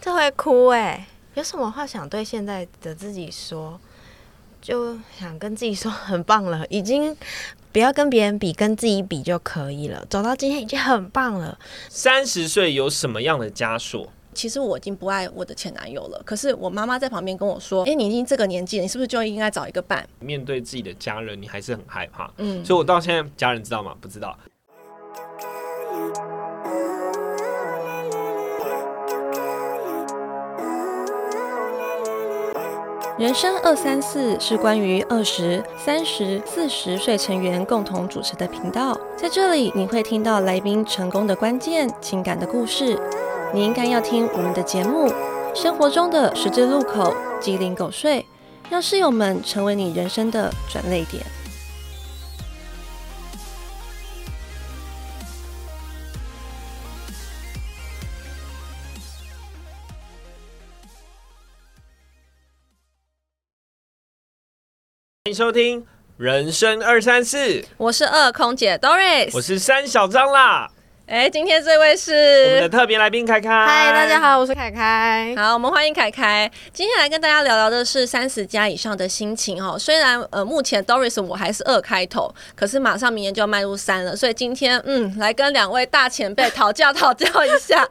这会哭哎、有什么话想对现在的自己说？就想跟自己说很棒了，已经不要跟别人比，跟自己比就可以了。走到今天已经很棒了。三十岁有什么样的枷锁？其实我已经不爱我的前男友了，可是我妈妈在旁边跟我说：“哎、你已经这个年纪了，你是不是就应该找一个伴面对自己的家人，你还是很害怕？”。嗯，所以我到现在，家人知道吗？不知道。人生二三四是关于二十三十四十岁成员共同主持的频道，在这里你会听到来宾成功的关键、情感的故事。你应该要听我们的节目，生活中的十字路口、鸡零狗碎，让室友们成为你人生的转泪点。欢迎收听《人生二三四》，我是二空姐 Doris，我是三小张啦。哎，今天这位是我们的特别来宾凯凯，嗨，大家。好，我是凯凯。好，我们欢迎凯凯。今天来跟大家聊聊的是三十加以上的心情哦。虽然呃，目前 Doris 我还是二开头，可是马上明年就要迈入三了，所以今天嗯，来跟两位大前辈讨教讨教一下。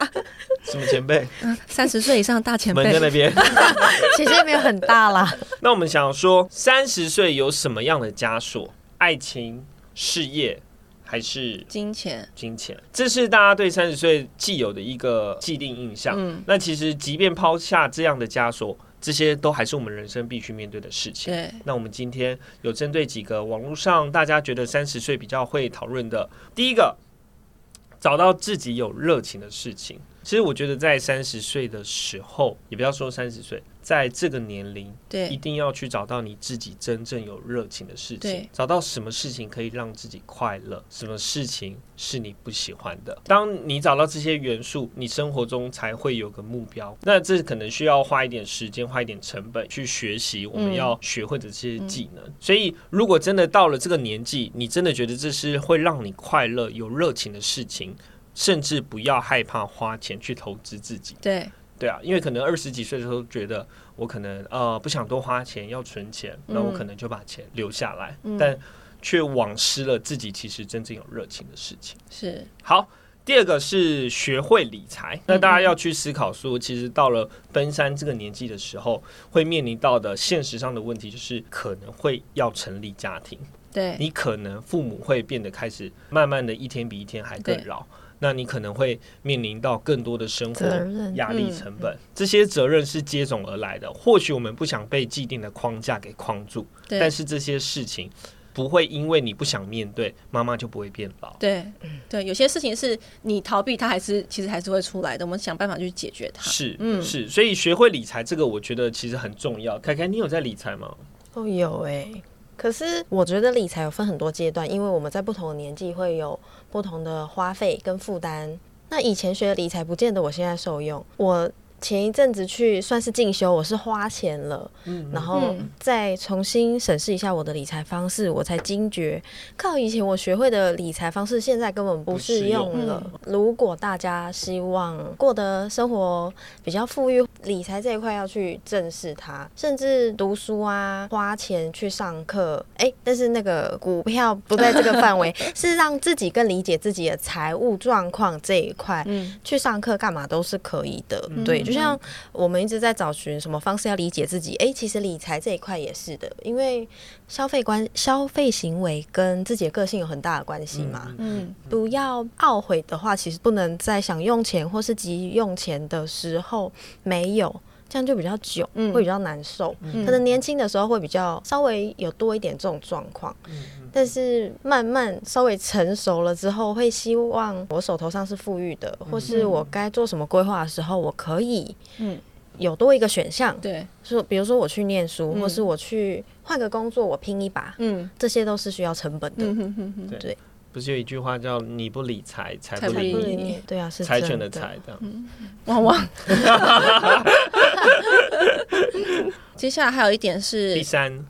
什么前辈？三十岁以上的大前门在辈，那边。 其实也没有很大啦，那我们想说，三十岁有什么样的枷锁？爱情、事业还是金钱，金钱？这是大家对三十岁既有的一个既定印象。嗯，那其实，即便抛下这样的枷锁，这些都还是我们人生必须面对的事情。对，那我们今天有针对几个网络上大家觉得三十岁比较会讨论的，第一个，找到自己有热情的事情。其实我觉得在三十岁的时候，也不要说三十岁，在这个年龄，一对，定要去找到你自己真正有热情的事情对，找到什么事情可以让自己快乐，什么事情是你不喜欢的。当你找到这些元素，你生活中才会有个目标。那这可能需要花一点时间，花一点成本去学习我们嗯要学会的这些技能。所以，如果真的到了这个年纪，你真的觉得这是会让你快乐、有热情的事情，甚至不要害怕花钱去投资自己。对，对啊，因为可能二十几岁的时候觉得我可能呃不想多花钱，要存钱，嗯那我可能就把钱留下来，嗯但却枉失了自己其实真正有热情的事情。是，好。第二个是学会理财，嗯那大家要去思考说，其实到了奔三这个年纪的时候，会面临到的现实上的问题就是可能会要成立家庭。对，你可能父母会变得开始慢慢的一天比一天还更对老，那你可能会面临到更多的生活责任嗯压力成本，这些责任是接踵而来的。或许我们不想被既定的框架给框住，但对，是这些事情不会因为你不想面对，妈妈就不会变老。对，对，有些事情是你逃避它，还是其实还是会出来的，我们想办法去解决它。是，嗯是，所以学会理财这个，我觉得其实很重要。凯凯，你有在理财吗？哦，有哎、可是我觉得理财有分很多阶段，因为我们在不同的年纪会有不同的花费跟负担。那以前学的理财，不见得我现在受用。我前一阵子去算是进修，我是花钱了，然后嗯再重新审视一下我的理财方式，我才惊觉，靠，以前我学会的理财方式，现在根本不不适适用用了。如果大家希望过得生活比较富裕，理财这一块要去正视它，甚至读书啊，花钱去上课，哎、但是那个股票不在这个范 围，是让自己更理解自己的财务状况这一块。嗯，去上课干嘛都是可以的，对，就像我们一直在找寻什么方式要理解自己，哎、其实理财这一块也是的，因为消费观、消费行为跟自己的个性有很大的关系嘛。嗯，不要懊悔的话，其实不能在想用钱或是急用钱的时候没有，这样就比较久，嗯会比较难受。嗯可能年轻的时候会比较稍微有多一点这种状况，嗯但是慢慢稍微成熟了之后，会希望我手头上是富裕的，或是我该做什么规划的时候，我可以嗯有多一个选项，对，说比如说我去念书，嗯或是我去换个工作，我拼一把，嗯，这些都是需要成本的。嗯哼哼哼。不是有一句话叫“你不理财，财财不不理不理你你理对啊，”，是柴真犬的的柴这样。汪汪。 接下来还有一点是第三，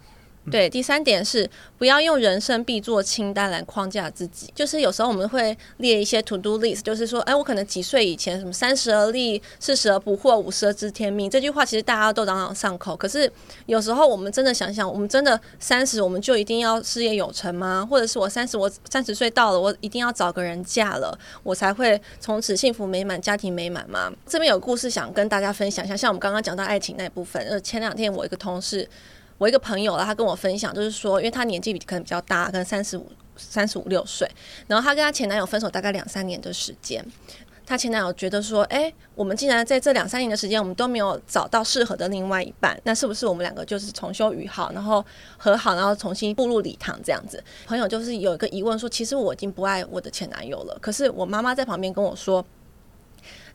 对，第三点是不要用人生必做清单来框架自己。就是有时候我们会列一些 to do list，就是说，哎，我可能几岁以前什么三十而立，四十而不惑，五十而知天命。这句话其实大家都朗朗上口，可是有时候我们真的想想，我们真的三十我们就一定要事业有成吗？或者是我三十我三十岁到了，我一定要找个人嫁了，我才会从此幸福美满、家庭美满吗？这边有故事想跟大家分享一下，像我们刚刚讲到爱情那部分，呃，前两天我一个同事。我一个朋友啦，他跟我分享，就是说，因为他年纪比可能比较大，可能三十五、三十五六岁，然后她跟她前男友分手大概两三年的时间，她前男友觉得说，哎、我们既然在这两三年的时间，我们都没有找到适合的另外一半，那是不是我们两个就是重修于好，然后和好，然后重新步入礼堂这样子？朋友就是有一个疑问说，其实我已经不爱我的前男友了，可是我妈妈在旁边跟我说，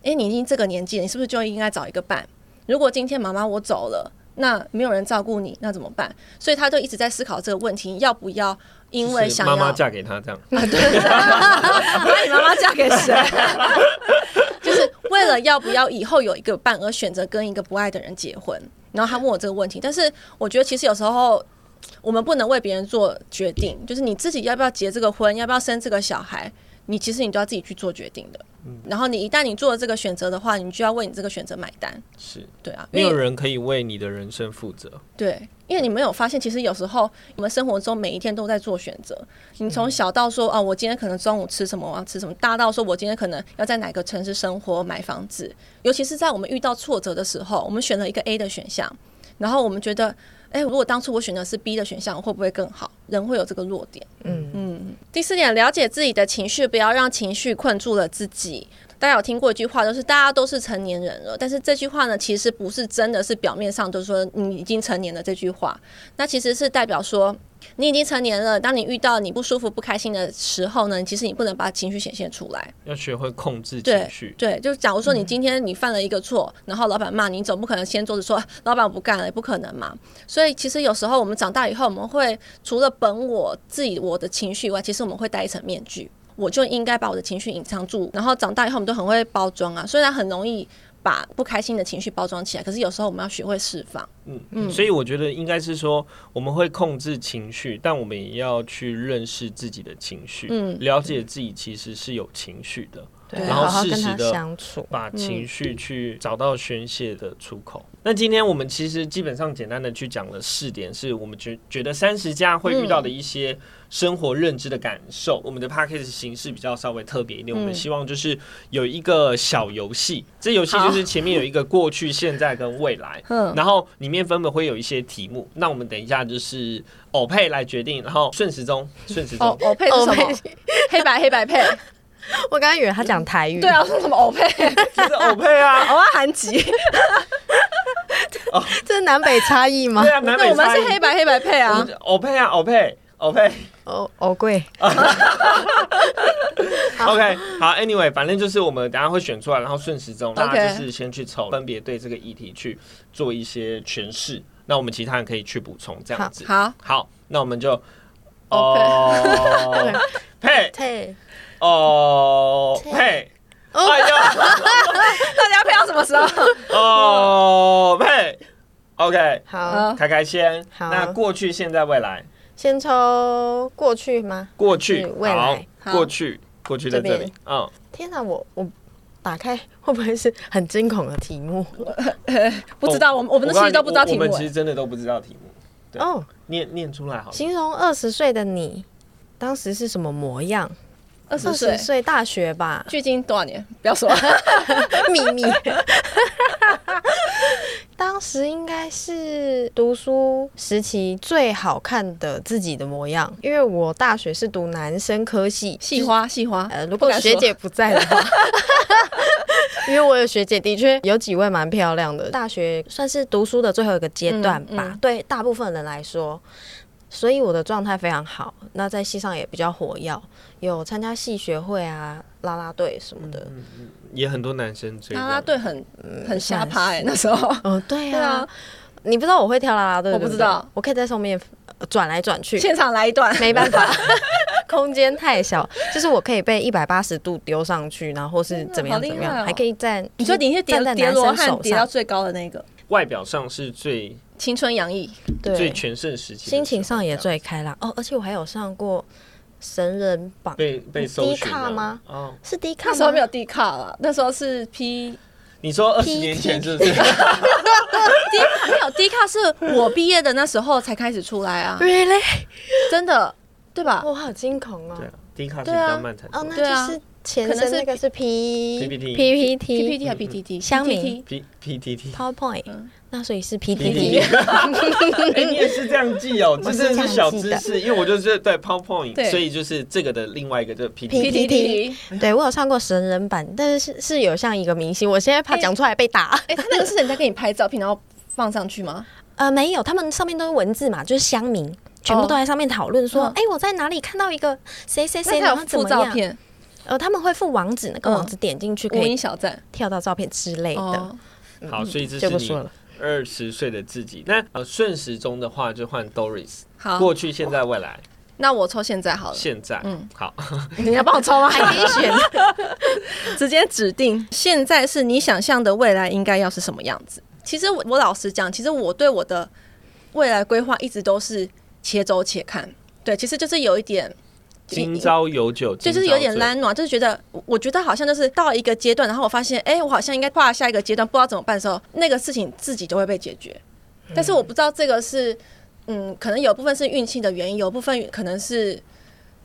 哎、你已经这个年纪了，你是不是就应该找一个伴？如果今天妈妈我走了。那没有人照顾你，那怎么办？所以她就一直在思考这个问题，要不要因为就是想妈要妈嫁给他这样，把你妈妈嫁给谁？就是为了要不要以后有一个伴而选择跟一个不爱的人结婚。然后他问我这个问题，但是我觉得其实有时候我们不能为别人做决嗯定，就是你自己要不要结这个婚，要不要生这个小孩，你其实你都要自己去做决定的。嗯然后你一旦你做了这个选择的话，你就要为你这个选择买单，是对啊，没因有为人可以为你的人生负责。对，因为你没有发现，其实有时候我们生活中每一天都在做选择。你从小到说啊，我今天可能中午吃什么，我要吃什么，大到说我今天可能要在哪个城市生活、买房子。尤其是在我们遇到挫折的时候，我们选了一个 A 的选项，然后我们觉得，哎、如果当初我选的是 B 的选项，会不会更好？人会有这个弱点。嗯第四点，了解自己的情绪，不要让情绪困住了自己。大家有听过一句话，就是大家都是成年人了，但是这句话呢，其实不是真的是表面上就是说你已经成年了这句话，那其实是代表说你已经成年了。当你遇到你不舒服、不开心的时候呢，其实你不能把情绪显现出来。要学会控制对情绪，对，就假如说你今天你犯了一个错，然后老板骂你，你总不可能掀桌子说啊老板我不干了，也不可能嘛。所以其实有时候我们长大以后，我们会除了本我自己我的情绪以外，其实我们会戴一层面具。我就应该把我的情绪隐藏住，然后长大以后我们都很会包装啊，虽然很容易把不开心的情绪包装起来，可是有时候我们要学会释放。嗯，所以我觉得应该是说，我们会控制情绪，但我们也要去认识自己的情绪，嗯了解自己其实是有情绪的，对，然后好好适跟时他地相处。把嗯情绪去找到宣泄的出口。那今天我们其实基本上简单的去讲了四点，是我们觉觉得三十加会遇到嗯的一些生活认知的感受。我们的 p a c k a g e 形式比较稍微特别一点，我们嗯希望就是有一个小游戏，这游戏就是前面有一个过去、 现在跟未来。嗯，然后里面分别会有一些题目，那我们等一下就是偶配来决定，然后顺时钟，顺时偶钟，偶配是什么？哦黑白黑白配？ 我刚刚以为他讲台语，对，啊，是什么偶 配？就是偶配 啊，偶尔韩籍。 这是南北差异吗对？啊，南那北我们差异是黑白黑白配我啊们。偶配啊，偶配，偶配。哦哦贵， OK，好，Anyway，反正就是我们等一下会选出来，然后顺时钟，大家 OK 就是先去抽，分别对这个议题去做一些诠释。那我们其他人可以去补充，这样子。好，好，那我们就偶配哦 配对，哦配，哦哎 呀大家配到什么时候？哦配，OK，好，开开先。好那过去、现在、未来，先抽过去吗？过去是未好来，好过去，过去在这这里边，嗯，天哪，我我打开会不会是很惊恐的题目？不知道，我们我们其告诉你实都不知道哦我题我目欸们。其实真的都不知道题目，对哦，念念出来好了。形容二十岁的你，当时是什么模样？二二十岁，十，岁大学吧距今多少年？不 要说，秘密。 当时应该是读书时期最好看的自己的模样，因为我大学是读男生科系，细花细花。呃，如不果敢说学姐不在的 话，因为我有学姐，的确有几位蛮漂亮的。大学算是读书的最后一个阶段吧，嗯嗯对大部分人来说，所以我的状态非常好。那在戏上也比较火药，有参加戏学会啊、啦啦队什么的。嗯，也很多男生追这啊啦样。啦队很很瞎算是趴哎，那时候。对对啊啊，，你不知道我会跳啦啦队，我对不对知道，我可以在上面呃转来转去。 现场来一段。没办 法，空间太小，就是我可以被一百八十度丢上去，然后或是真的怎么样好厉怎么样，害哦还可以站，你说你是叠站在叠男罗生汉手叠到上，最高的那个，外表上是最青春洋溢，最对，全盛时期的时候，心情上也这样最开朗哦。而且我还有上过神人榜，被被你搜寻低卡了吗？哦，是迪卡那时候吗没有 D 卡了， 那时候是 P 你说二十年前是不是？ D 卡没有 D 卡是我毕业的那时候才开始出来 啊， ，really？真的对吧？我好惊恐哦对。啊，低卡是比对啊较慢才哦，那对啊就是前可能身是那个是 P PPT PPT PPT 嗯还 PTT 乡民 PTT P P T T。 PowerPoint，嗯那所以是 PPT。PPT 哎，你也是这样记 哦，这是真的是这样小记知的识，因为我就是对 PowerPoint，对所以就是这个的另外一个就是 P T P- T。 PTT PTT。对我有上过神人版，但是是是有像一个明星，我现在怕讲出来被打。哎，他那个是人家给你拍照片，然后放上去吗？呃，没有，他们上面都是文字嘛，就是乡民。全部都在上面讨论说嗯，哎、我在哪里看到一个谁谁谁，那然他后有怎附么照样？片，呃，他们会附网址，那个嗯网址点进去可无以影小站跳到照片之类的。哦，好，所以这就是不说你了。二十岁的自己。那呃，顺时钟的话就换 Doris，好，过去、现在、未来。那我抽现在好了，现在，嗯好，你要帮我抽吗？还可以选。直接指定现在是你想象的未来应该要是什么样子。其实我我老实讲，其实我对我的未来规划一直都是且走且看，对，其实就是有一点今朝有酒，就今是朝有点醉懒暖，就是觉得我我觉得好像就是到一个阶段，然后我发现，哎、我好像应该跨下一个阶段，不知道怎么办的时候，那个事情自己就会被解决。但是我不知道这个是，嗯，可能有部分是运气的原因，有部分可能是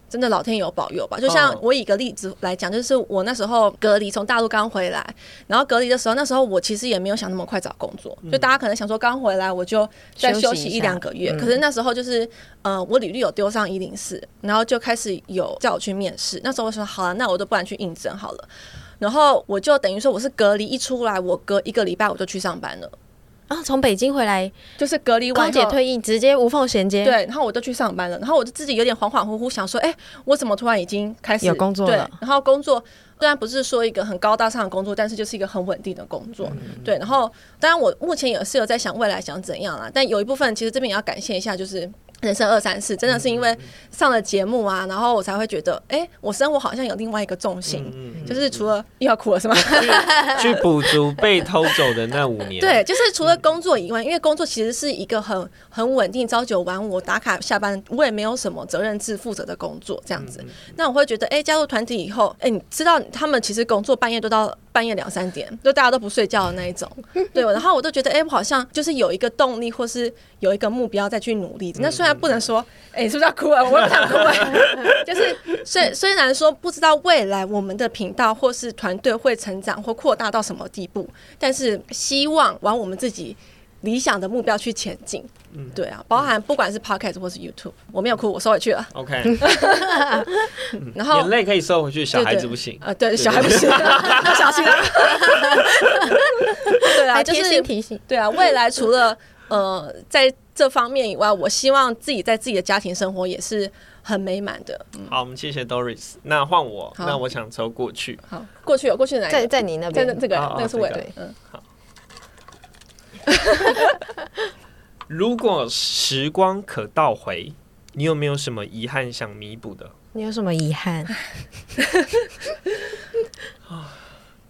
真的老天有保佑吧。就像哦我以一个例子来讲，就是我那时候隔离从大陆刚回来，然后隔离的时候，那时候我其实也没有想那么快找工作，就大家可能想说刚回来我就再嗯休休息息一一下两个月，嗯可是那时候就是呃，我履历有丢上一零四，然后就开始有叫我去面试。那时候我说好了、啊那我就不然去应征好了。然后我就等于说我是隔离一出来，我隔一个礼拜我就去上班了，然啊后从北京回来，就是隔离高完以姐后退役，直接无缝衔接。，对，然后我就去上班了，然后我就自己有点恍恍惚惚，想说，哎、我怎么突然已经开始有工作对了，然后工作虽然不是说一个很高大上的工作，但是就是一个很稳定的工作，对。然后当然我目前也是有在想未来想怎样啦，但有一部分其实这边也要感谢一下，就是。人生二三四，真的是因为上了节目啊，然后我才会觉得，哎、我生活好像有另外一个重心，嗯就是除了又要哭了是吗？去补足被偷走的那五年。 对，就是除了工作以外，因为工作其实是一个很很稳定，朝九晚五，打卡下班，我也没有什么责任制负责的工作这样子。那我会觉得，哎、加入团体以后，哎、你知道他们其实工作半夜都到半夜两三点，就大家都不睡觉的那一种。对，然后我都觉得，哎、我好像就是有一个动力，或是有一个目标再去努力。那虽然不能说，哎、你是不是要哭啊？我也不想哭啊。 就是虽虽然说不知道未来我们的频道或是团队会成长或扩大到什么地步，但是希望往我们自己理想的目标去前进。嗯对啊，包含不管是 podcast 或是 YouTube，我没有哭，我收回去了。 ，OK，然后眼泪可以收回去，小对孩对子不行。呃，对，小孩不行，要 小心啊。对啊，还就贴是心提醒。对啊，未来除了呃在这方面以外，我希望自己在自己的家庭生活也是很美满的。嗯，好，我们谢谢 Doris。那换我，好那我想抽过去。好，过去有过去的哪一个在在你那在边那，这个哦哦那个是未这来个，嗯，如果时光可倒回，你有没有什么遗憾想弥补的？你有什么遗 憾？啊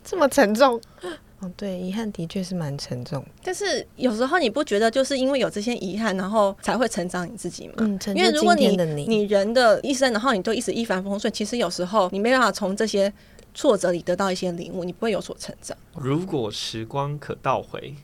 这么沉重？哦，对，遗憾的确是蛮沉重。但是有时候你不觉得就是因为有这些遗憾，然后才会成长你自己吗？嗯成就因为如果今你天的你人的一生，然后你都一直一帆风顺，其实有时候你没办法从这些挫折里得到一些领悟，你不会有所成长。如果时光可倒回，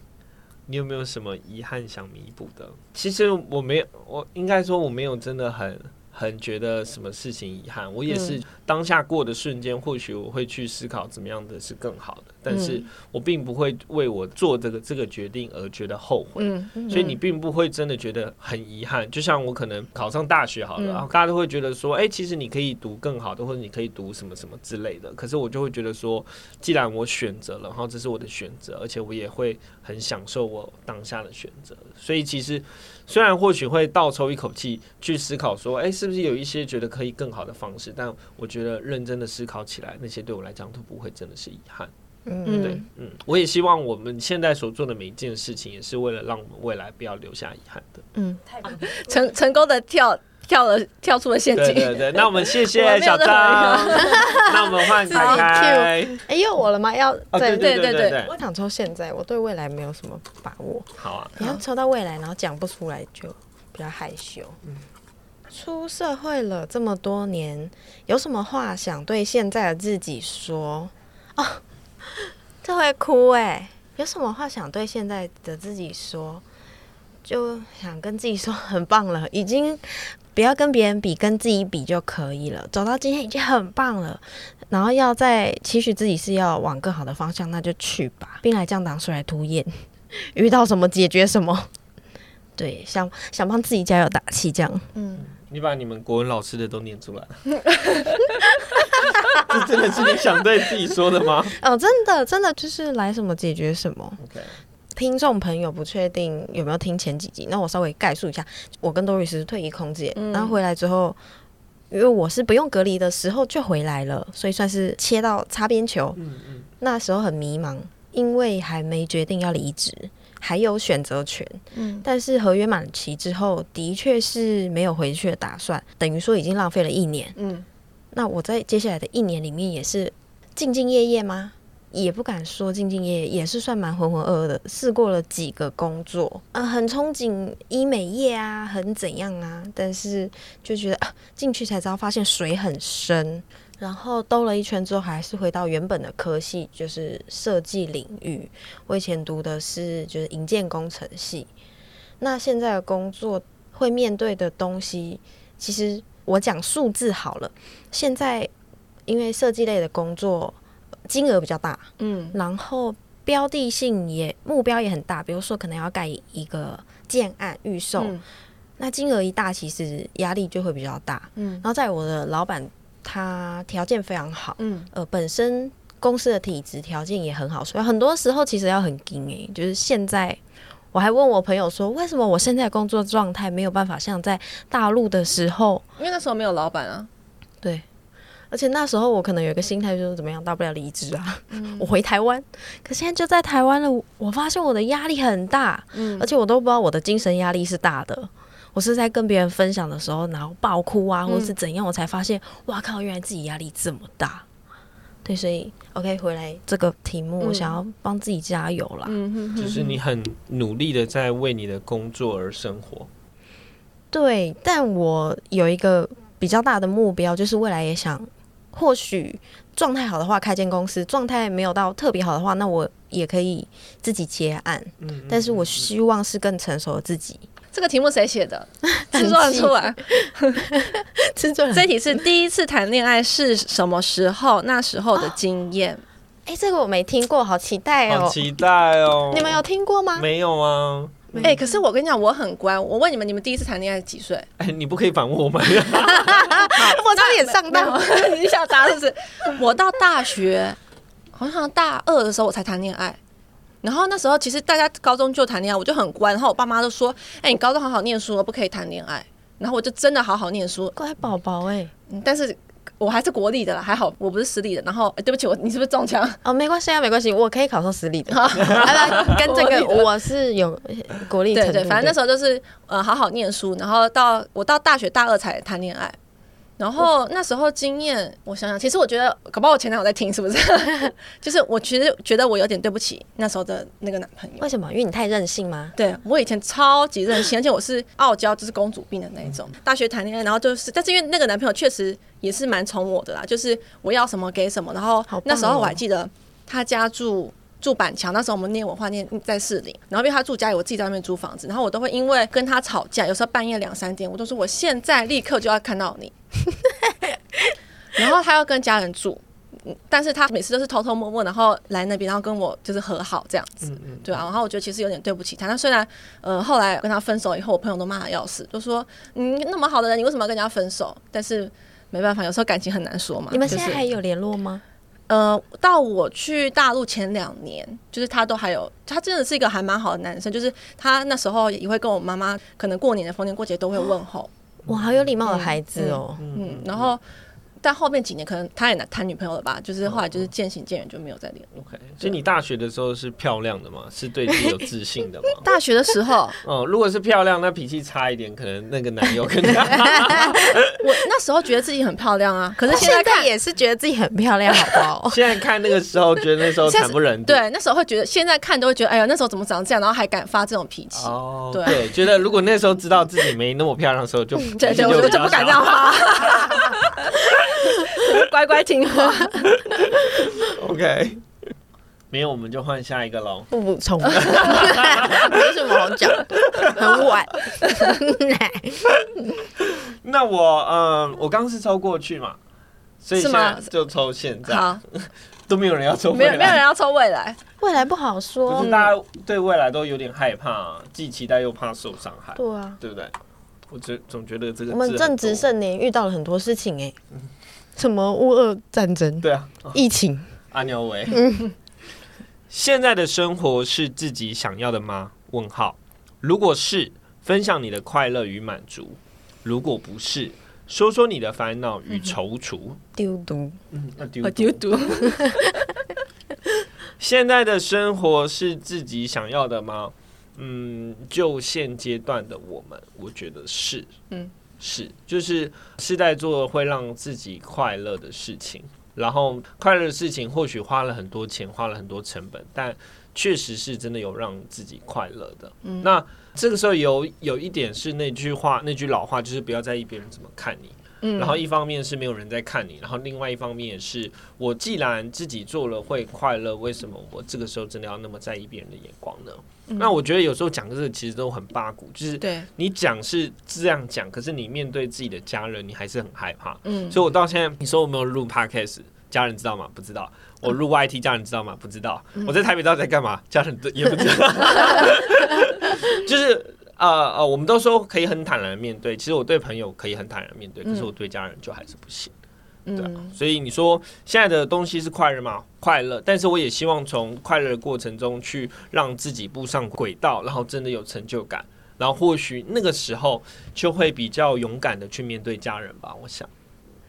你有没有什么遗憾想弥补的？其实我没有，我应该说我没有真的很很觉得什么事情遗憾。我也嗯是当下过的瞬间，或许我会去思考怎么样的是更好的，但嗯是我并不会为我做这个这个决定而觉得后悔。嗯，所以你并不会真的觉得很遗憾。就像我可能考上大学好了，嗯然后大家都会觉得说，哎、其实你可以读更好的，或者你可以读什么什么之类的。可是我就会觉得说，既然我选择了，然后这是我的选择，而且我也会很享受我当下的选择。所以其实虽然或许会倒抽一口气去思考说，哎、是不是有一些觉得可以更好的方式？但我觉得认真的思考起来，那些对我来讲都不会真的是遗憾。嗯，对，嗯，我也希望我们现在所做的每一件事情，也是为了让我们未来不要留下遗憾的。成成功的跳跳了跳出了陷对阱。对对，那我们谢谢我没有小在张，那我们换凯凯。哎，又我了吗？要哦，对对，对对对对我想抽现在，我对未来没有什么把握。好啊，你要抽到未来，然后讲不出来就比较害羞。出社会了这么多年，有什么话想对现在的自己说？哦， 这会哭哎、有什么话想对现在的自己说？就想跟自己说很棒了，已经不要跟别人比，跟自己比就可以了。走到今天已经很棒了，然后要再期许自己是要往更好的方向，那就去吧。兵来将挡，水来土掩。遇到什么解决什么。 对，想想帮自己加油打气，这样你把你们国文老师的都念出来 了，这真的是你想对自己说的吗哦，真的真的就是来什么解决什么。 ？OK，听众朋友不确定有没有听前几集，那我稍微概述一下，我跟 Doris 是退役空姐，嗯然后回来之后，因为我是不用隔离的时候就回来了，所以算是切到擦边球。嗯嗯，那时候很迷茫，因为还没决定要离职，还有选择权。嗯但是合约满期之后，的确是没有回去的打算，等于说已经浪费了一年。 嗯那我在接下来的一年里面也是兢兢业业吗？也不敢说兢兢业业，也是算蛮浑浑噩噩的。试过了几个工作，呃，很憧憬医美业啊，很怎样啊，但是就觉得、啊、进去才知道，发现水很深。然后兜了一圈之后，还是回到原本的科系，就是设计领域。我以前读的是就是营建工程系，那现在的工作会面对的东西，其实我讲数字好了。现在因为设计类的工作呃金额比较大，嗯然后标的性也目标也很大，比如说可能要盖一个建案预售，嗯那金额一大，其实压力就会比较大。嗯然后在我的老板他条件非常好，嗯呃，本身公司的体质条件也很好，所以很多时候其实要很精诶、就是现在。我还问我朋友说，为什么我现在的工作状态没有办法像在大陆的时候因为那时候没有老板啊，对，而且那时候我可能有一个心态就是怎么样，大不了离职啊，嗯我回台湾。可现在就在台湾了，我我发现我的压力很大，嗯而且我都不知道我的精神压力是大的。我是在跟别人分享的时候，然后爆哭嗯啊，或者是怎样，我才发现，哇靠，原来自己压力这么大。对，所以 OK，回来这个题目，我嗯想要帮自己加油啦。嗯哼哼就是你很努力的在为你的工作而生活。对，但我有一个比较大的目标，就是未来也想，或许状态好的话开间公司，状态没有到特别好的话，那我也可以自己接案。嗯，但是我希望是更成熟的自 己。这个题目谁写的？制作人出来。制作人这一题是第一次谈恋爱是什么时候？那时候的经验。哎，这个我没听过，好期待好哦！期待哦！你们有听过 吗？没有啊？哎、可是我跟你讲，我很乖。我问你们，你们第一次谈恋爱几岁？哎，你不可以反问我们。啊我差点上当。有， 你想答是不是？我到大学，好像大二的时候我才谈恋爱。然后那时候其实大家高中就谈恋爱，我就很乖。然后我爸妈就说：“哎、你高中好好念书哦，不可以谈恋爱。”然后我就真的好好念书，乖宝宝哎，嗯但是我还是国立的啦，还好我不是私立的。然后、哎对不起，我你是不是中枪？哦，没关系啊，没关系，我可以考上私立的。 哎不跟这个国立的我是有国力程对度对，的。反正那时候就是呃好好念书，然后到我到大学大二才谈恋爱。然后那时候经验，我想想，其实我觉得，搞不好我前男友在听，是不是？ 就是我其实觉得我有点对不起那时候的那个男朋友。为什么？因为你太任性吗？对我以前超级任性，而且我是傲娇，就是公主病的那一种。嗯大学谈恋爱，然后就是，但是因为那个男朋友确实也是蛮宠我的啦，就是我要什么给什么。然后好棒哦那时候我还记得他家住。住板桥，那时候我们念文化念在士林，然后因为他住家里，我自己在外面租房子，然后我都会因为跟他吵架，有时候半夜两三点，我都说我现在立刻就要看到你， 然后他要跟家人住，嗯但是他每次都是偷偷摸摸，然后来那边，然后跟我就是和好这样子，嗯嗯，对啊，然后我觉得其实有点对不起他。那虽然呃后来跟他分手以后，我朋友都骂他要死，就说你那么好的人，你为什么要跟人家分手？但是没办法，有时候感情很难说嘛。你们就现在是还有联络吗？呃，到我去大陆前两年，就是他都还有，他真的是一个还蛮好的男生，就是他那时候也会跟我妈妈，可能过年的逢年过节都会问候，嗯 哇，好有礼貌的孩子哦！嗯，然后。但后面几年可能他也谈女朋友了吧，就是后来哦就是渐行渐远，就没有再联络。 OK，所以你大学的时候是漂亮的吗？是对自己有自信的吗？大学的时候，哦，如果是漂亮，那脾气差一点，可能那个男友 更？我那时候觉得自己很漂亮啊，可是现现在看在也是觉得自己很漂 亮，好不好现在看那个时候，觉得那时候现在惨不忍睹。对那时候会觉得，现在看都会觉得，哎呀，那时候怎么长这样，然后还敢发这种脾气，哦，对对，觉得如果那时候知道自己没那么漂亮的时候，就 对对，脾气我比就较不敢小这样 发，乖乖听话。 OK，没有我们就换下一个喽。不补充，没什么好讲的， 很晚。那我嗯，我刚是抽过去嘛，所以是现吗在就抽现在，好，都没有人要抽没未有没有人来。要抽未来，未来不好不 说是，大家对未来都有点害怕，既期待又怕受伤害，对啊，对不对？我觉总觉得这个我们字很正值多盛年，遇到了很多事情哎、什么乌俄战争、对啊，疫情，阿牛 维。现在的生活是自己想要的吗？问号。如果是，分享你的快乐与满足；如果不是，说说你的烦恼与踌躇。丢毒，嗯，那丢我嗯哦丢毒。现在的生活是自己想要的吗？嗯，就现阶段的我们，我觉得是，嗯，是，就是是在做会让自己快乐的事情，然后快乐的事情或许花了很多钱，花了很多成本，但确实是真的有让自己快乐的。嗯、那这个时候有有一点是那句话，那句老话，就是不要在意别人怎么看你。嗯然后一方面是没有人在看你，然后另外一方面也是，我既然自己做了会快乐，为什么我这个时候真的要那么在意别人的眼光呢？那我觉得有时候讲这个其实都很八股，就是对，你讲是这样讲，可是你面对自己的家人，你还是很害怕。嗯，所以我到现在，你说我没有录 podcast，家人知道吗？不知道。嗯我录 YT，家人知道吗？不知道。我在台北到底在干嘛？家人都也不 知道。就是呃呃，我们都说可以很坦然地面对，其实我对朋友可以很坦然地面对，可是我对家人就还是不行。对啊、嗯所以你说现在的东西是快乐吗？快乐，但是我也希望从快乐的过程中去让自己步上轨道，然后真的有成就感，然后或许那个时候就会比较勇敢的去面对家人吧。我想，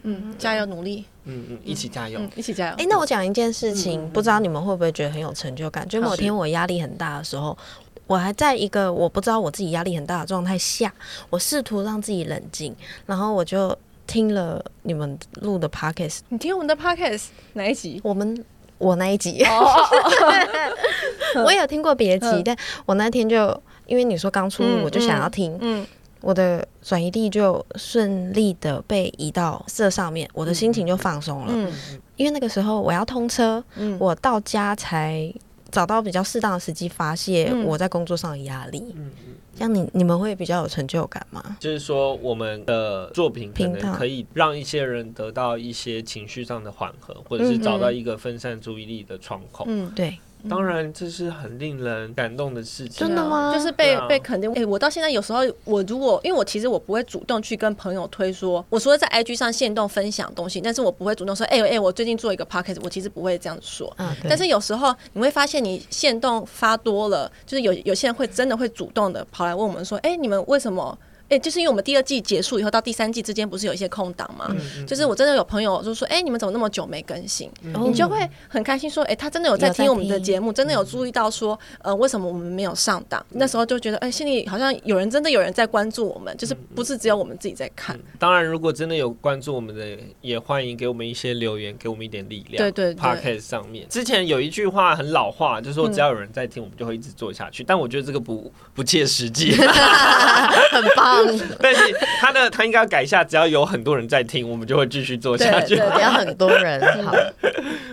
嗯，加油努力，嗯嗯，一起加油。嗯，一起加油哎、。那我讲一件事嗯情，不知道你们会不会觉得很有成就感？就某天我压力很大的时候，我还在一个我不知道我自己压力很大的状态下，我试图让自己冷静，然后我就听了你们录的 podcast，你听我们的 podcast 哪一集？我们我那一集， 我也有听过别集哦嗯，但我那天就因为你说刚出嗯炉，我就想要听，嗯，我的转移力就顺利的被移到这上面，我的心情就放松了。嗯因为那个时候我要通车，嗯我到家才找到比较适当的时机发泄嗯我在工作上的压力。嗯嗯，这样你你们会比较有成就感吗？就是说我们的作品可频道能可以让一些人得到一些情绪上的缓和，或者是找到一个分散注意力的窗口。嗯，对，当然，这是很令人感动的事情。真的吗就是被、对啊被肯定。哎、我到现在有时候，我如果因为我其实我不会主动去跟朋友推说，我除了在 IG 上限动分享东西，但是我不会主动说，哎、哎、我最近做一个 podcast，我其实不会这样说。嗯，对但是有时候你会发现，你限动发多了，就是有有些人会真的会主动的跑来问我们说：“哎、你们为什么？”哎、就是因为我们第二季结束以后到第三季之间不是有一些空档嗯嘛？嗯就是我真的有朋友就说：“哎、你们怎么那么久没更新？”你哦就会很开心说：“哎、他真的有在有在听我们的听节目，真的有注意到说，呃，为什么我们没有上档？”那时候就觉得，哎、心里好像有人真的有人在关注我们，就是不是只有我们自己在看。当然，如果真的有关注我们的，也欢迎给我们一些留言，给我们一点力量。对对对 Podcast 上面之前有一句话很老话，就是说只要有人在听，我们就会一直做下去。但我觉得这个不不切实 际。 很棒，但是他的他应该要改一下，只要有很多人在听，我们就会继续做下去对。不要很多 人，好，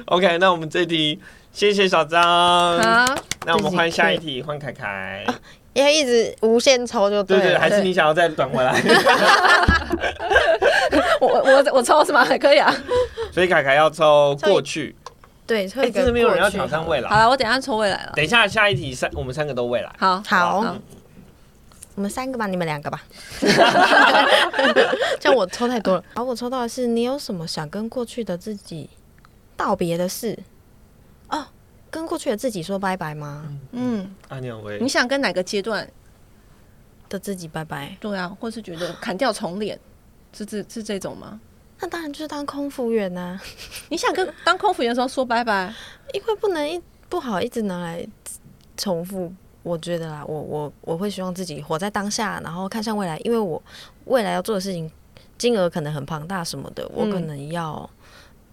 OK，那我们这一题谢谢小张，好，那我们换下一题，换凯凯。要一直无限抽就 对了。对，还是你想要再转回来？ 我我我我抽什么还可以啊？所以凯凯要抽过去，对，会哎，有一个真的没有人要过去挑战未好来。了，我等一下抽未来了。等一下，下一题三，我们三个都未来。好，好好我们三个吧，你们两个吧。 这样我抽太多 了。然后我抽到的是，你有什么想跟过去的自己道别的事？哦，跟过去的自己说拜拜吗？嗯。阿鸟维你，想跟哪个阶段？的自己拜拜。对啊，或是觉得砍掉重脸，是这是这种吗？那当然就是当空服员呐、你想跟当空服员的时候说拜拜， 因为不能一不好一直拿来重复。我觉得啦，我我我会希望自己活在当下，然后看向未来，因为我未来要做的事情金额可能很庞大什么的，我可嗯能要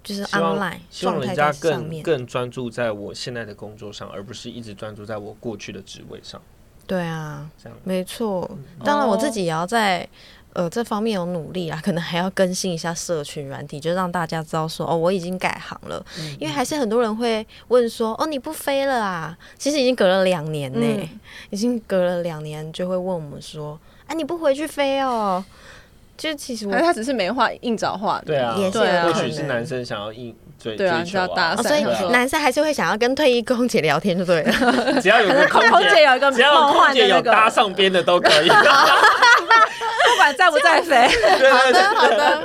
就是希望 online 希望状态人在家上更面。更专注在我现在的工作上，而不是一直专注在我过去的职位上。对啊，这样，嗯没错。当然，我自哦己也要在。呃，这方面有努力啦，可能还要更新一下社群软体，就让大家知道说哦，我已经改行了。嗯因为还是很多人会问说哦，你不飞了啊？其实已经隔了两年呢、嗯已经隔了两年，就会问我们说啊，你不回去飞哦？就其实我还是他只是没话硬找话的？对啊，也是有或可许是能男生想要应追对啊追求就要搭啊哦，，所以想嗯啊说男生还是会想要跟退役空姐聊天，就对了。只要有可个是空空姐姐，有一个只要梦有空幻的姐那有搭个，上边的都可以。 不管在不在飞，好的，好的。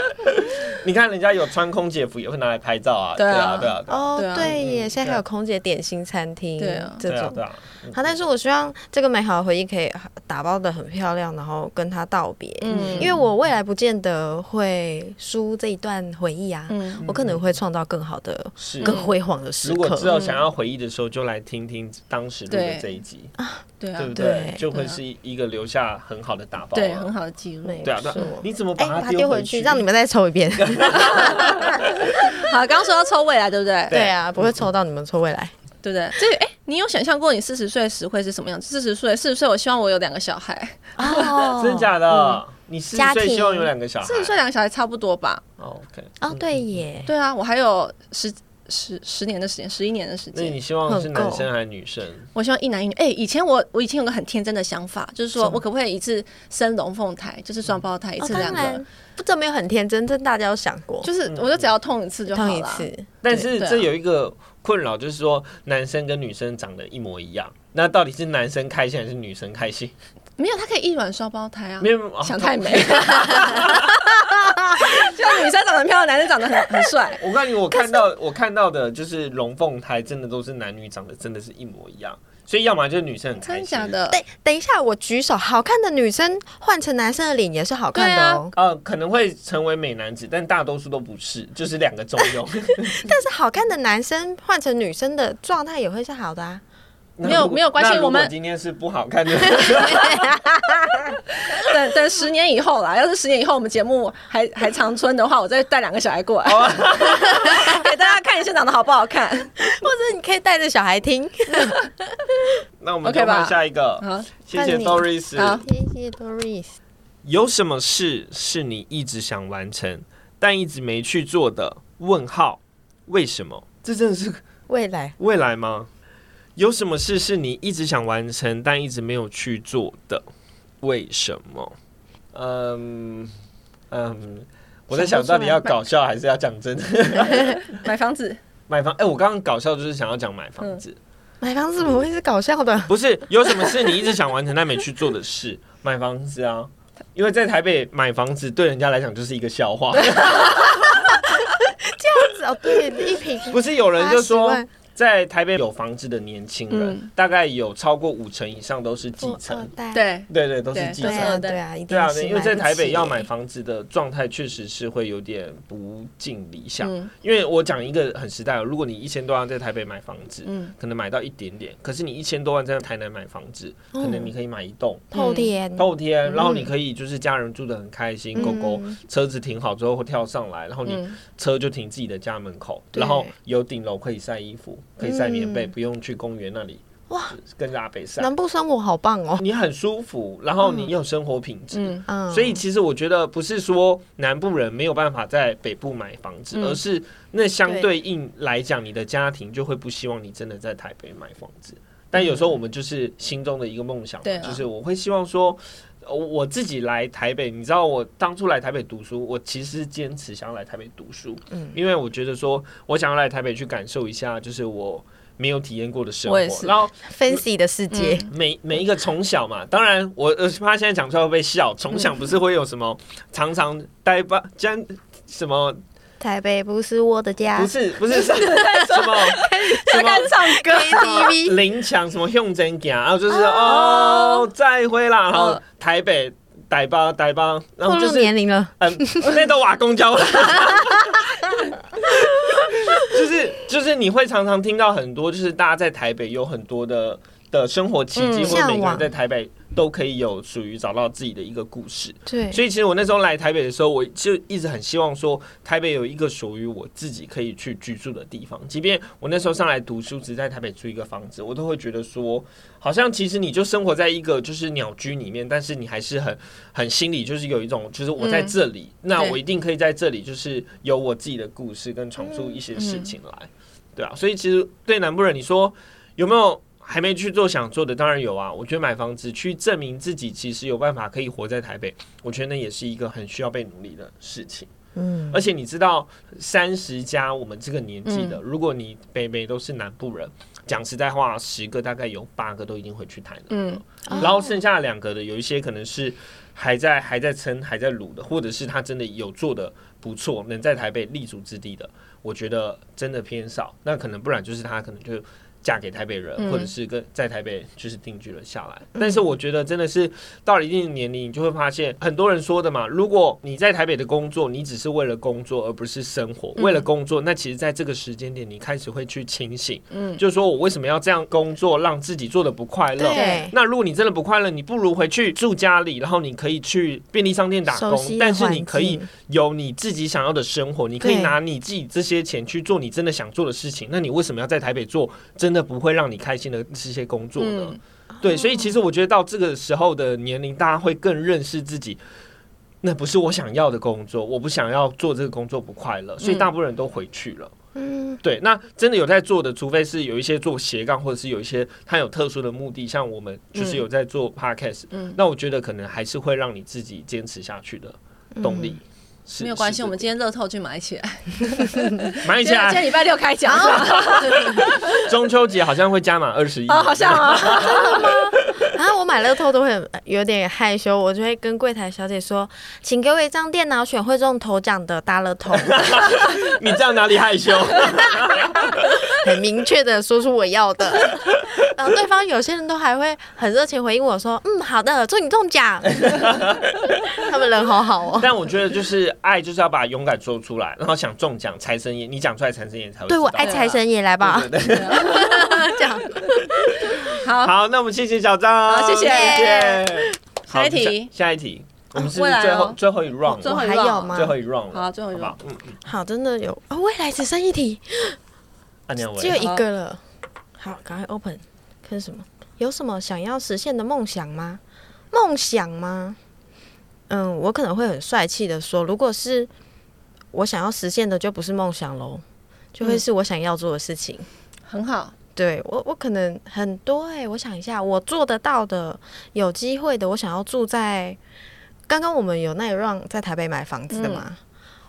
你看人家有穿空姐服也会拿来拍照啊，对对啊啊，对啊，对啊哦对啊，对耶，嗯现在还有对空姐点心餐厅，对啊这对啊，对种。啊。嗯好，但是我希望这个美好的回忆可以打包的很漂亮，然后跟他道别。嗯因为我未来不见得会输这一段回忆啊，嗯，我可能会创造更好的、是更辉煌的时如果刻。知道想要回忆的时候，就来听听当时录对的这一集，对啊对不，对对？就会对啊是一个留下很好的打包啊。对，很好的记录。没对啊，对错啊。你怎么哎，把把它它丢回回去，让你们再抽一 遍。好，刚刚说要抽未来，对不对？对啊，不会抽到你们抽未来。对不对？这个哎，你有想象过你四十岁时会是什么样子？四十岁，四十岁，我希望我有两个小孩，哦 真的假的？你四家十岁庭希望有两个小孩？嗯啊四十岁两个小孩差不多吧？哦，OK。哦，对耶，对啊，我还有十十十年的时间，十一年的时那间你。希望是很够男生还是女生？我希望一男一女。哎、以前我我以前有个很天真的想法，就是说我可不可以一次生龙凤胎，就是双胞胎一哦，次两当个，然，不，这没有很天真，这大家有想过，就是我就只要痛一次就好痛一了。次。但是对啊这有一个困扰，就是说男生跟女生长得一模一样，那到底是男生开心还是女生开心？没有，他可以一卵双胞胎啊没。有，哦 想太美， 就女生长得漂亮，男生长得很很帅。我告诉你，我看到我看到的就是龙凤胎，真的都是男女长得真的是一模一样，所以要么就是女生很开真心，的假？的？等等一下，我举手，好看的女生换成男生的脸也是好看的哦，呃，可能会成为美男子，但大多数都不是，就是两个中庸。 但是好看的男生换成女生的状态也会是好的 啊。那没有如果没有关系那如果我们今天是不好 看的，等等十年以后啦，要是十年以后我们节目还还长春的话，我再带两个小孩过来，哦 给大家看一下长得好不好看。或者你可以带着小孩听。那我们 OK 就换吧下一个。好，谢谢换你 Doris 好。谢谢 Doris。有什么事是你一直想完成但一直没去做的？问号，为什么？这真的是未来未来吗？有什么事是你一直想完成但一直没有去做的？为什么？嗯嗯，我在想到底要搞笑还是要讲真的？买房子，买房？哎、我刚刚搞笑就是想要讲买房子，买房子怎么会是搞笑的？不是有什么事你一直想完成但没去做的事？ 买房子啊，因为在台北买房子对人家来讲就是一个笑 话。 哦，对，一瓶不是有人就80说万，在台北有房子的年轻人，嗯大概有超过五成以上都是继富二承，代，对，对哦对，都是对继哦对承。啊，对啊，一定对啊，是因为在不台北起要买房子的状态确实是会有点不尽理想。嗯因为我讲一个很实在的，如果你一千多万在台北买房子，嗯，可能买到一点点；可是你一千多万在台南买房子，可能你可以买一栋透天，透天，嗯然后你可以就是家人住得很开心，狗狗嗯车子停好之后会跳上来，然后你嗯车就停自己的家门口，对然后有顶楼可以晒衣服，可以晒棉被，嗯不用去公园那里哇，跟着阿北晒，南部生活好棒哦。你很舒服，然后你有生活品质。嗯，嗯，所以其实我觉得不是说南部人没有办法在北部买房子，嗯而是那相对应来讲，你的家庭就会不希望你真的在台北买房子。但有时候我们就是心中的一个梦想嘛，对啊就是我会希望说，呃我自己来台北。你知道我当初来台北读书，我其实是坚持想要来台北读书，嗯因为我觉得说我想要来台北去感受一下，就是我没有体验过的生活我也是。然后，fancy 的世界，每每一个从小嘛，当然我我怕现在讲出来会被笑。从小不是会有什么常常呆吧，将什么台北不是我的家不是不是什么什么什么始唱歌，KTV 啊林强什么用真假，然后就是哦再会啦，然后嗯台北呆吧呆吧， 然后暴就露是年龄了，嗯， 那都瓦 公交了。就是就是你会常常听到很多，就是大家在台北有很多的的生活奇迹，或者嗯每向个人往在台北都可以有属于找到自己的一个故事。对，所以其实我那时候来台北的时候，我就一直很希望说，台北有一个属于我自己可以去居住的地方。即便我那时候上来读书，只在台北租一个房子，我都会觉得说，好像其实你就生活在一个就是鸟居里面，但是你还是很很心里就是有一种，就是我在这里，那我一定可以在这里，就是有我自己的故事跟重述一些事情来，对啊。所以其实对南部人，你说有没有？还没去做想做的，当然有啊。我觉得买房子去证明自己，其实有办法可以活在台北，我觉得那也是一个很需要被努力的事情。嗯，而且你知道，三十加我们这个年纪的，如果你北北都是南部人，讲实在话，十个大概有八个都一定会去台南。嗯，然后剩下两个的，有一些可能是还在还在撑、还在卤的，或者是他真的有做的不错，能在台北立足之地的，我觉得真的偏少。那可能不然就是他可能就嫁给台北人，嗯或者是跟在台北就是定居了下来。但是我觉得真的是到了一定的年龄，你就会发现很多人说的嘛，如果你在台北的工作，你只是为了工作而不是生活，嗯为了工作，那其实在这个时间点，你开始会去清醒，嗯就是说我为什么要这样工作，让自己做的不快乐？对那如果你真的不快乐，你不如回去住家里，然后你可以去便利商店打熟悉的工，但是环你可以境有你自己想要的生活，你可以对拿你自己这些钱去做你真的想做的事情。那你为什么要在台北做真的不会让你开心的这些工作呢？嗯哦对，所以其实我觉得到这个时候的年龄，大家会更认识自己。那不是我想要的工作，我不想要做这个工作不快乐，所以嗯大部分人都回去了。嗯对，那真的有在做的，除非是有一些做斜杠，或者是有一些他有特殊的目的，像我们就是有在做 podcast，、嗯那我觉得可能还是会让你自己坚持下去的动力。是嗯没有关系，是我们今天乐透去买起来，啊买起今天今来，天礼拜六开奖，中秋节好像会加满二十一， 哦，好像啊，啊，我买乐透都会很有点害羞，我就会跟柜台小姐说，请给我一张电脑选会中头奖的大乐透， 你这样哪里害 羞？很明确的说出我要的。 然后对方有些人都还会很热情回应我说，嗯，好的，祝你中奖。 他们人好好哦。但我觉得就是爱，就是要把勇敢说出来，然后想中奖财神爷，你讲出来财神爷才会知道。对我爱对啊财神爷来吧，对对对 这样好，好，那我们谢谢小张，好谢谢好下一题下下一题，我们是不未是来最后哦最后一 round，最我后一啊还 round 有吗最？后一 round，好最后一好不好 round 嗯嗯，好，真的有哦，未来只剩一题，按钮只有为一个了。好，赶快 open，看是什么？有什么想要实现的梦想吗？梦想吗？嗯，我可能会很帅气的说，如果是我想要实现的，就不是梦想喽，就会嗯是我想要做的事情。 很好，对我，我可能很多哎、我想一下，我做得到的，有机会的，我想要住在，刚刚我们有那一让在台北买房子的嘛，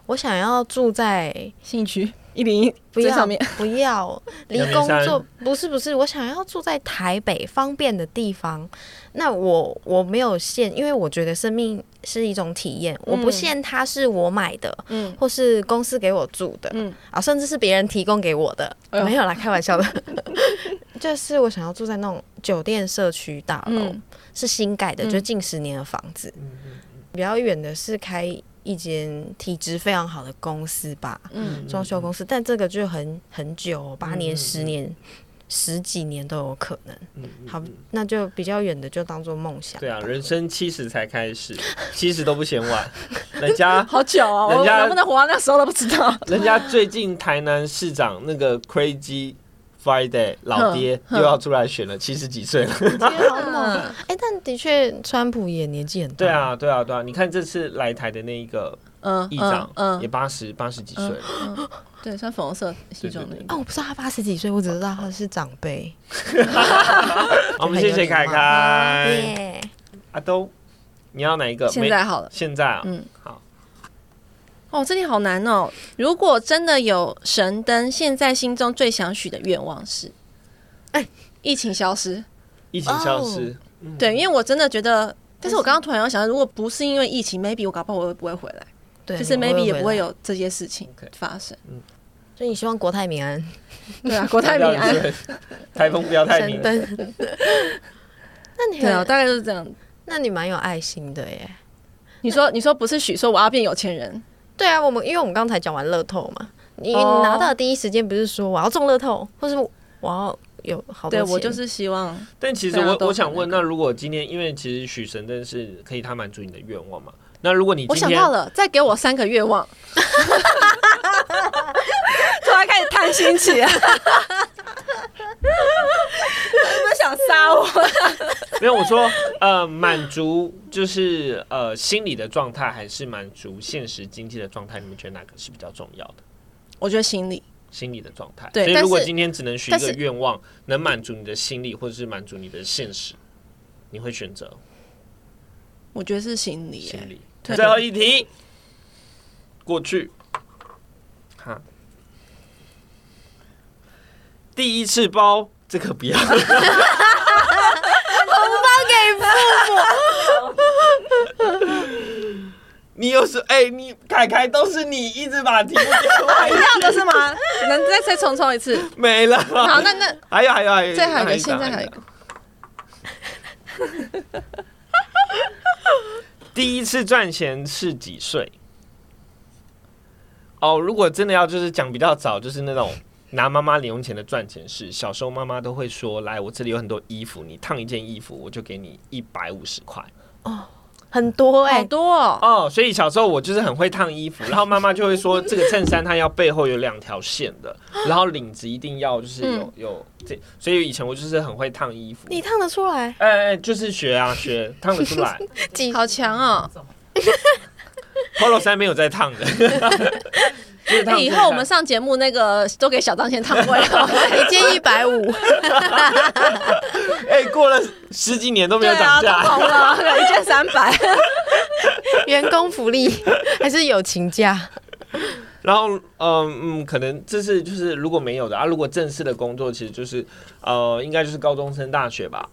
我想要住在兴趣 一零一不最要上面，不 要离阳明工山作不是不是，我想要住在台北方便的地方。那我我没有限，因为我觉得生命是一种体验，我不嗯限它是我买的，嗯或是公司给我住的，嗯啊，甚至是别人提供给我的，哎呦没有啦，开玩笑 的。就是我想要住在那种酒店社区大楼，嗯是新盖的，嗯就近十年的房子。比较远的是开一间体质非常好的公司吧，嗯装修公司，但这个就很很久哦，八嗯嗯年、嗯十年、十几年都有可能。嗯嗯好，那就比较远的就当做梦想。对啊，人生七十才开始，七十都不嫌晚。 人家好久哦，我人家能不能活到那时候都不知 道。人家最近台南市长那个 Crazy Friday 老爹哼又要出来选了，七十几岁 了。好猛啊！哎、但的确，川普也年纪很大。对，啊，对啊，对啊！你看这次来台的那一个嗯议长，嗯也嗯，八十八十几岁了。对，穿粉红色西装的对对哦，我不知道他八十几岁，我只知道他是长辈。好我们哦谢谢凯凯、耶、阿东，你要哪一个？现没在好了。现在啊，嗯好，哦，这题好难哦。如果真的有神灯，现在心中最想许的愿望是，哎疫情消失。疫情消哦失，对，因为我真的觉得，但是我刚刚突然又想到，如果不是因为疫情，maybe 我搞不好我也不会回来，对，就是 maybe 也不会有。有这些事情 OK 发生。所以你希望国泰民安，对啊，国泰民不要安。对 台风不要太神 明。灯。那你对啊，很，大概就是这样。那你蛮有爱心的耶。你说你说不是许说我要变有钱人，对啊，我们因为我们刚才讲完乐透嘛，你哦拿到的第一时间不是说我要中乐透，或是我要有好多对钱，我就是希望但其实大家我啊都我想可问，能那如果今天，因为其实许神灯是可以他满足你的愿望嘛？那如果你我今想天到了，再给我三个愿望。 突然开始贪心起来，有没有想杀我？没有我说呃满足就是呃心理的状态，还是满足现实经济的状态？你们觉得哪个是比较重要的？我觉得心理，心理的状态。对所以但如果是今天只能许一但个是愿望，能满足你的心理，或者是满足你的现实，你会选择我觉得是心理、心欸。理。对最后一题，过去，哈，第一次包这个 不要。给 你有时哎、你凯凯都是你一直把题目给 我要的是吗？能再再重抽一 次？没了。好，那那还有还有还有，再还有一个个，现在还有一个，第一次赚钱是几岁？哦，如果真的要就是讲比较早，就是那种拿妈妈零用钱的赚钱是，小时候妈妈都会说，来我这里有很多衣服，你烫一件衣服我就给你一百五十块。很多哎、好多哦。哦，所以小时候我就是很会烫衣服，然后妈妈就会说这个衬衫它要背后有两条线 的，然后领子一定要就是有有这，所以以前我就是很会烫衣服。嗯你烫得出来哎哎，就是学啊学，烫得出来。几好强哦！ Polo 衫没有在烫的， 就是烫哎，以后我们上节目那个都给小张先烫位 哦。一件一百五，哎、过了十几年都没对有涨啊，都价，红 了，一件三百。员工福 利还是友情价，然后，嗯嗯，可能这是就是如果没有的啊，如果正式的工作，其实就是呃，应该就是高中升大学吧。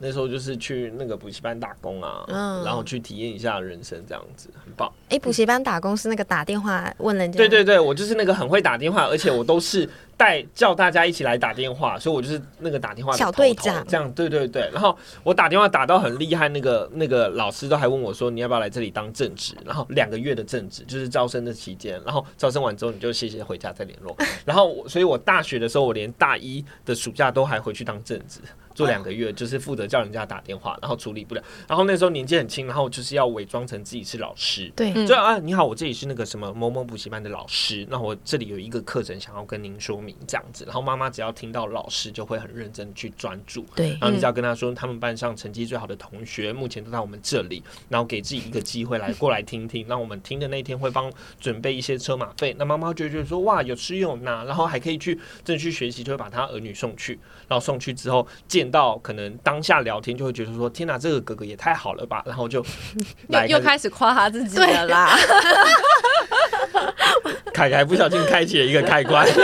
那时候就是去那个补习班打工啊，嗯然后去体验一下人生，这样子很棒。哎、补习班打工是那个打电话问人家，对对对，我就是那个很会打电话，而且我都是带叫大家一起来打电话，所以我就是那个打电话的小头队头长这样对对对。然后我打电话打到很厉害，那个那个老师都还问我说你要不要来这里当正职，然后两个月的正职就是招生的期间，然后招生完之后你就谢谢回家 再联络。然后我所以，我大学的时候，我连大一的暑假都还回去当正职。做两个月，就是负责叫人家打电话，然后处理不了。然后那时候年纪很轻，然后就是要伪装成自己是老师，对嗯就啊，你好，我这里是那个什么某某补习班的老师，那我这里有一个课程想要跟您说明这样子，然后妈妈只要听到老师就会很认真去专注，对嗯然后你只要跟他说他们班上成绩最好的同学目前都在我们这里，然后给自己一个机会来过来听听，那我们听的那一天会帮准备一些车马费，那妈妈就会觉得说哇有吃有拿，然后还可以去正去学习，就会把他儿女送去，然后送去之后见到可能当下聊天就会觉得说天哪、这个哥哥也太好了吧，然后 就又来又开始夸他自己了啦。凯凯不小心开启了一个开关。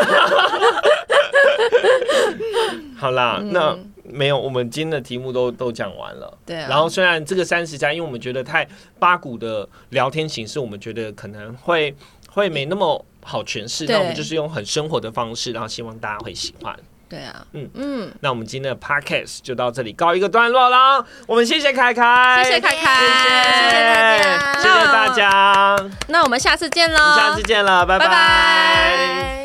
好啦，嗯那没有，我们今天的题目都都讲完了。对啊然后虽然这个三十家，因为我们觉得太八股的聊天形式，我们觉得可能会会没那么好诠释，对那我们就是用很生活的方式，然后希望大家会喜欢。对啊，嗯嗯，那我们今天的 podcast 就到这里告一个段落啦。我们谢谢凯凯，谢谢凯凯谢谢谢谢谢大家，那我们下次见喽，我们下次见了，拜拜拜拜。嗯